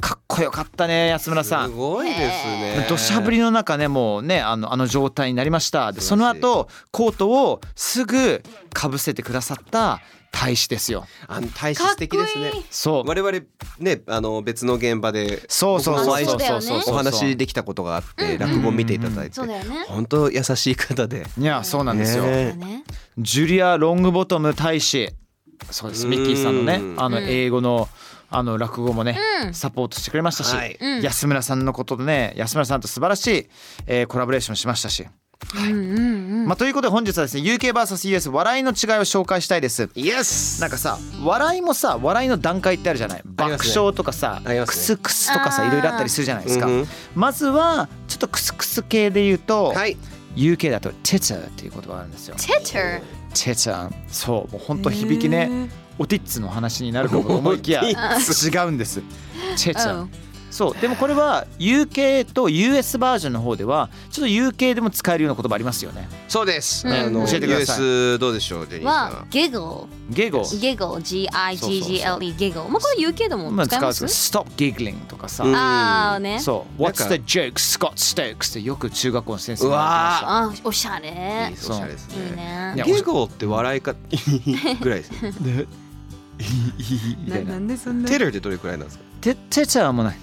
かっこよかったね安村さんす。ごいですね土砂降りの中ねもうねあのあの状態になりましたでその後コートをすぐかぶせてくださった大使ですよあの大使素敵ですねかっこいいそう我々ねあの別の現場でそうそうそうそ僕もうお会いしそうそうお話できたことがあって落語見ていただいてそうだよね本当優しい方でいやそうなんですよ、ねだねジュリア・ロングボトム大使そうですミッキーさんのねうんあの英語のあの落語もね、うんサポートしてくれましたし、はいうん安村さんのことでね安村さんと素晴らしい、えーコラボレーションしましたし。うんうんうんまあ、ということで本日はですね UKVSUS 笑いの違いを紹介したいです。イエスなんかさ笑いもさ笑いの段階ってあるじゃないます爆ね笑とかさ、ありますねクスクスとかさあーいろいろあったりするじゃないですか、うんうんまずはちょっとクスクス系で言うと、はい UK だと「テチャー」っていう言葉があるんですよ。 Titter テチャーそうもうほんと響きねおティッツの話になるかと思いきやお違ティうんです。テチャー Oh そうでもこれは UK と US バージョンの方ではちょっと UK でも使えるような言葉ありますよね。そうですうんあの教えてください US どうでしょうジェニーさは Giggle ゲゴ Giggle G-I-G-G-L-E Giggle もうこれ UK でもまあ使使えうんまですすけど「Stop giggling」とかさ、うんああねそう「なん What's か the joke Scott Stokes」ってよく中学校の先生んにう言わわあおしゃーれいいですおしゃれですいいねねいやゲゴって笑い方ぐらいですねれてましたみたいな。んでそん テレルってどれくらいなんですかててちゃんもない。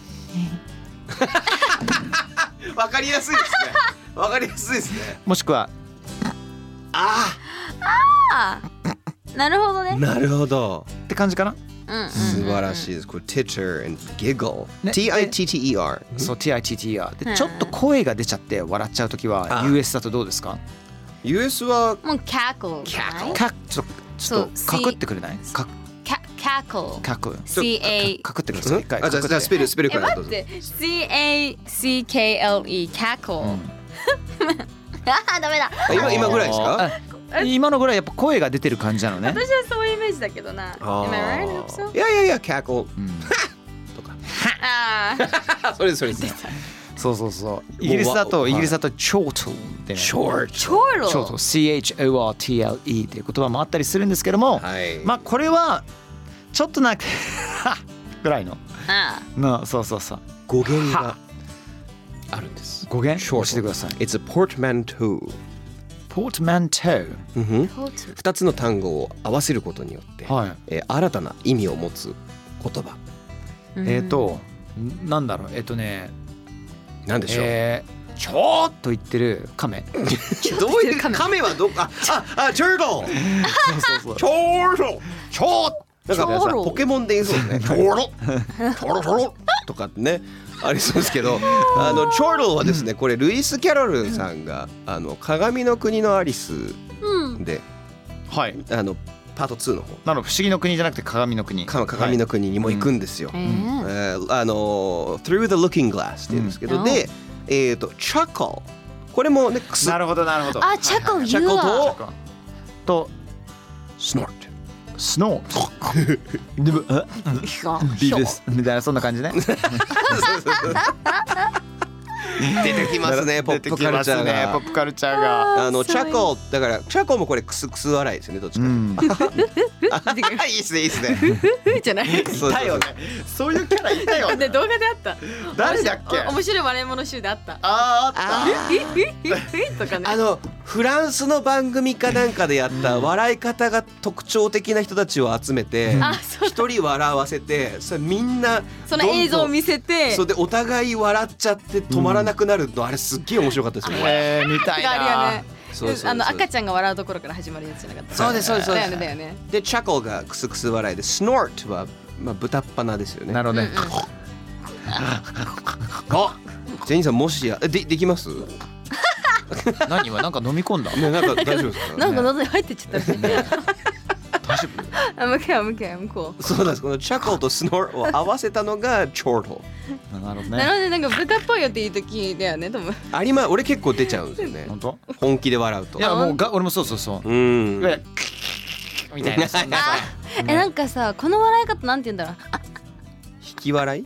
わかりやすいですねわかりやすいですねもしくはあなるほどあねなるほどって感じかな。素晴らしいですこれ Titter and Giggle ね T-I-T-T-E-R そう TITTR うでんちょっと声が出ちゃって笑っちゃう時はあ US だとどうですか？ US はもう Cackle じゃないかちょっとちょそっとうかくってくれない？か Ca- Cackle かく。 C-A かくってくだうさんい。一回あじゃあかくってじゃあスペルスペルえから待どうっぞて C-A-C-K-L-E Cackle ああダメだあ今今ぐらいですかあ今のぐらいやっぱ声が出てる感じなの ね。私はそういうイメージだけどな Am I right? I hope so. いやいやいや Cackle あーあそれですそれですそうそうそう。イギリスだもうとわイギリスだと chortle ってね。 Short コールそうそう CHORTLE という言葉もあったりするんですけども、はいまあこれはちょっとなんか ぐらいのあなそうそうそう語源があるんです語源教 Short えてください It's a portmanteau ポートマントうんふんーコール二つの単語を合わせることによってはいえー新たな意味を持つ言葉えっとなんだろうえっとねなんでしょう、えー、ちょーっと言ってるカ メどういう亀はどあああチョーロそうそうそうチョーロちょーっなんかさ長老ポケモンで言いそう ですねチョーロチョロチョロとかってねありそうです けどあのチョーロはですねこれルイス・キャロルさんが「あの鏡の国のアリスうん。で」はいあのパート2の方なの不思議の国じゃなくて鏡の国か鏡の国にも行くんですよ。ええーーあの「Through the Looking Glass」って言うんですけど、うんで、えっと「Chuckle」これもねくす なるほどなるほどあ、チャコチ言ャうコわ。とと Snort スノーでもえビールですみたいなそんな感 じね出てきますねポップカルチャー 出てきますねがポップカルチャーがあのすチごいャコだからチャコもこれクスクス笑いですよねどっうちか、ん あいいっすねいいっすね じゃない。そうそうそいうたよねそういうキャラいたよで ね動画であった。誰だっけお面白い笑い物集であった。あーあっあええええとかねあ。のフランスの番組かなんかでやった笑い方が特徴的な人たちを集めてあ、そう。一人笑わせてそれみんなその映像を見せせて。それでお互い笑っちゃって止まらなくなるの、あれすっげえ面白かったですたよね。えーみたいがあるなよね。そうそうそうあの赤ちゃんが笑うところから始まるやつじゃなかった。そうですそうですそうですだよねだよね。でチャコがクスクス笑いでスノートはまあ豚っ鼻ですよねな。るほどねあジェニーさんもしやえでできます？ね何今なんか飲み込んだなんか大丈夫ですか？ なんか喉に入ってっちゃったね。 大丈夫あ向けは向けは向こそうなんです。このチャコとスノーを合わせたのがチョート。なるほどう。なねのでなんか豚っぽいよっていう時だよね多分。ありま俺結構出ちゃうんですよね 本。当本気で笑うと。いやもうが俺もそうそうそううーん。いやみたいなそんなさ えなんかさこの笑い方なんて言うんだろうあ引き笑い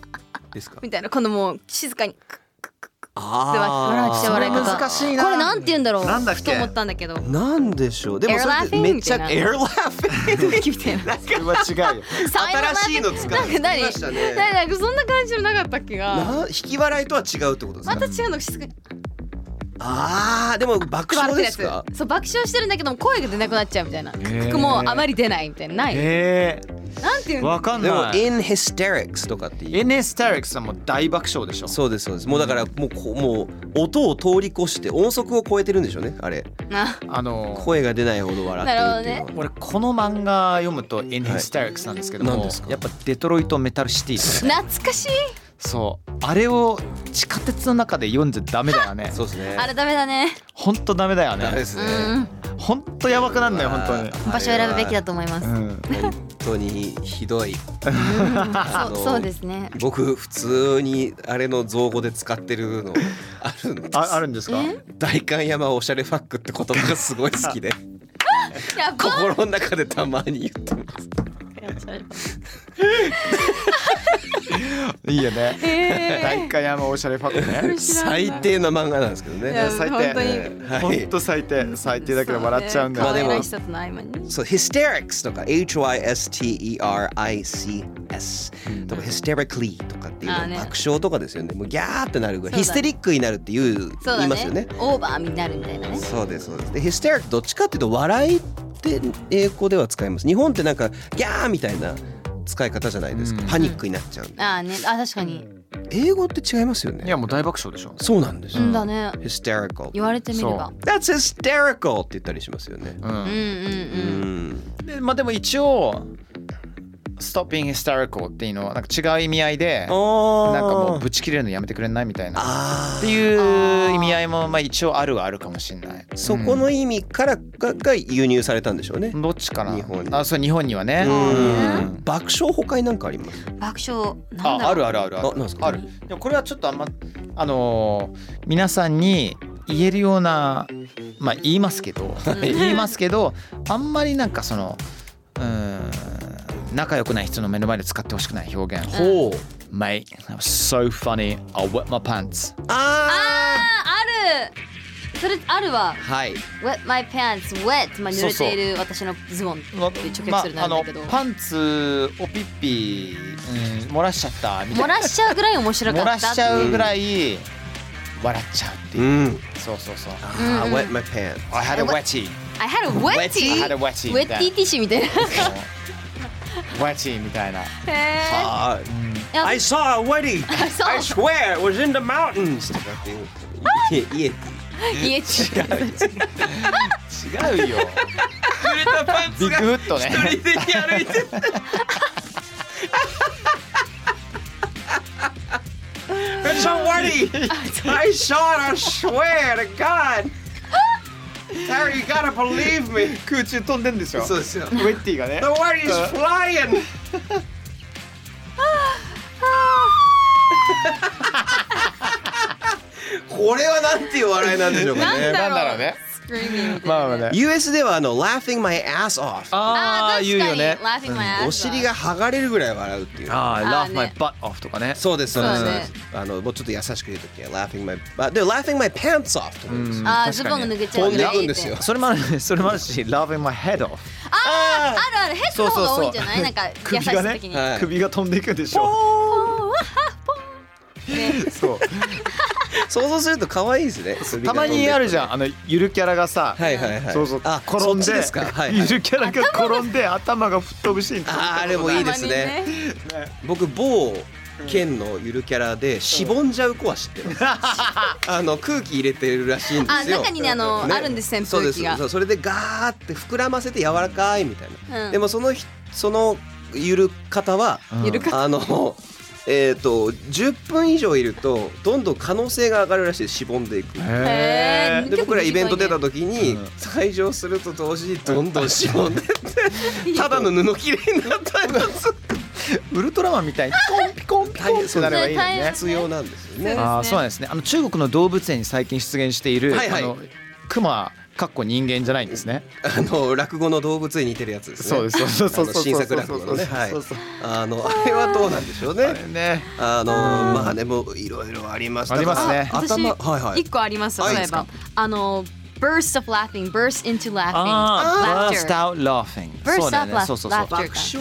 ですか？みたいなこのもう静かにクックックッあ笑っちゃう笑い方難しいな。これなんて言うんだろうなんだっけふと思ったんだけ ど。なんでしょう。でもそれってめっちゃ Air エアラフィン。みたいな。 それは違うよ新しいの使なんかいま何？したね。何なんかそんな感じのなかったっけが。な引き笑いとは違うってことですまかた違うの静かにああでも爆笑ですやかつそう爆笑してるんだけども声が出なくなっちゃうみたいなー服もあまり出ないみたいなないえなんていえうわのかんでもない in hysterics とかっていうエネスタリックさんも大爆笑でしょそうですそうですもうだからもうこうもう音を通り越して音速を超えてるんでしょうねあれなあのー声が出ないほど笑ってるっていうのは俺この漫画読むと「In Hysterics」なんですけども、何ですかやっぱデトロイト・メタル・シティ ですね懐かしいそうあれを地下鉄の中で読んじゃダメだよ ねそうですねあれダメだねほんとダメだよダメでねすうねんほんとやばくなんだよ本当に場所を選ぶべきだと思いますうん本当にひどいあそのうそうですね僕普通にあれの造語で使ってるのあるんです ああるんですか大観山おしゃれファックって言葉がすごい好 きでやば心の中でたまに言ってますいいよねえ大会山おしゃれファッ クね最低な漫画なんですけどーいねや最低本当にはほんと最低最低だけど笑っちゃうんだ可よ愛ねらしさとの合間にそう、hysterics とか H-Y-S-T-E-R-I-C-S とか hysterically とかっていうあのーはね爆笑とかですよね。もうギャーってなるぐらい。そうだねヒステリックになるっていうそう言いだますよねね。オーバーになるみたいなねそうですそうです。で、hysteric どっちかっていうと笑いって英語では使います。日本ってなんかギャーみたいな使い方じゃないですか。うんパニックになっちゃうんで。ああねあ確かに英語って違いますよね。いやもう大爆笑でしょそうなんですうよ。んだね hysterical。言われてみればそ That's hysterical って言ったりしますよね。ううんんううんうんん。でまあでも一応「Stopping Hysterical」っていうのはなんか違う意味合いでなあんかもうぶぶち切れるのやめてくれないみたいなっあーていう意味合いもまあ一応あるはあるかもしれないそこの意味からがが輸入されたんでしょうねう。んどっちかな日本にあそう日本にはねうん爆笑他になんかあります。爆笑なんああだろうるあるあるああるなんですかあるでもこれはちょっとあんまあのー皆さんに言えるようなまあ言いますけど言いますけどあんまりなんかそのうーん仲良くない人の目の前で使ってほしくない表現ほう。 Mate, that was so funny. I wet my pants. あああるそれあるわあ。はい。 Wet my pants wet まあ濡れている私のズボンって直結するまあなあんだのけど、パンツをピッピ、うん、漏らしちゃったみた漏いな。らしちゃうぐらい面白か漏ったらってしちゃうぐらい笑っちゃうっていうう。ん。そうそうそう。ああ、wet my pants。 I had a wetty. I had a I wetty had a wetty. ウ ェッティーティッシュみたいな wetty みたいな。へーああ。や I saw a Woody. I, saw- swear it was in the mountains. とかっていういえい言えちゃうえ違うよくれたパンビツッがグフットね一人で歩いてた It's a Woody. I saw it. I swear to God. Terry, you gotta believe me. 空中飛んでんですよそうですよウェッティがね The Woody's flying. これはなんていう笑いなんでしょうかねなんだろうねまあまあね US ではあの laughing my ass off ああ言うよねラフィンマイお尻が剥がれるぐらい笑うっていうあああーね laugh my butt off とかねそうですそううでですすそうですあのもうちょっと優しく言うときは laughing my あでも laughing my pants off とか言うんですよあー確ズかボにンが脱げちゃ飛うんぐでらいいくんですよそれもあるそれもある し laughing my head off あーあるあるヘッドそうの方がそうそう多いんじゃないなんか 優首しがさ的に、はねい首が飛んでいくんでしょそう想像すると可愛いですね首がた飛まんでにあるじゃんあのゆるキャラがさはいはいはいそうそうあ転んでそっちですかはいはいゆるキャラが転んで頭が吹っ飛ぶシーンあーあれもいいですね僕某県のゆるキャラでしぼんじゃう子は知ってます あの空気入れてるらしいんですあよ中にねあのあるんです扇風機そうですがそうそれでガーって膨らませて柔らかいみたいな、うんでもそのひそのゆる方は、んゆるあのえっ、と10分以上いるとどんどん可能性が上がるらしいですしぼんでいくへ結構短いでね僕らイベント出た時にうん退場すると同時にどんどんしぼんでってただの布きれいになったやつウルトラマンみたいにピコンピコンピコンってなればいいのにね必要なんですよねああそうなんですねあの中国の動物園に最近出現しているはいはいあのクマかっこ人間じゃないんですねあの落語の動物に似てるやつですねそうですそうそうそうあの新作落語のねはいそうそうあのあれはどうなんでしょうねねあのまあでもいろいろありますありますねだから頭私はいはい一個ありますはい例えばあの burst of laughing burst into laughing ああ laughter burst out laughing Burst そうだよ out ね laugh- そうそうそう laughter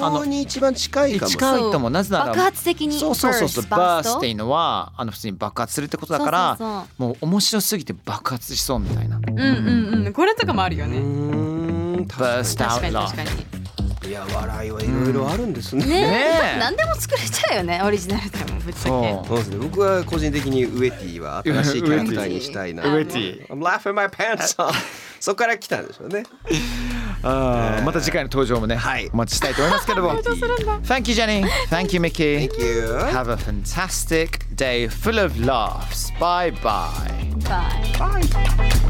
爆笑に一番近いかも近いともなぜなら爆発的にそうそうそうそう burst バー burst スっていうのはあの普通に爆発するってことだからそうそうもう面白すぎて爆発しそうみたいなうんうんうんこれとかもあるようねーん確か burst 確か out に確か laughing ににいや笑いはいろいろあるんですねねねええ 何でも作れちゃうよねオリジナルでもぶっちゃそそうですね。僕は個人的にウエティは新しいキャラクターにしたいな。 ウエティ I'm laughing my pants off。そこから来たんでしょううね。あーまた次回の登場もねはいお待ちしたいと思いま すけれども Thank you Jenny Thank you Mickey Thank you. Have a fantastic day full of laughs Bye bye けバイ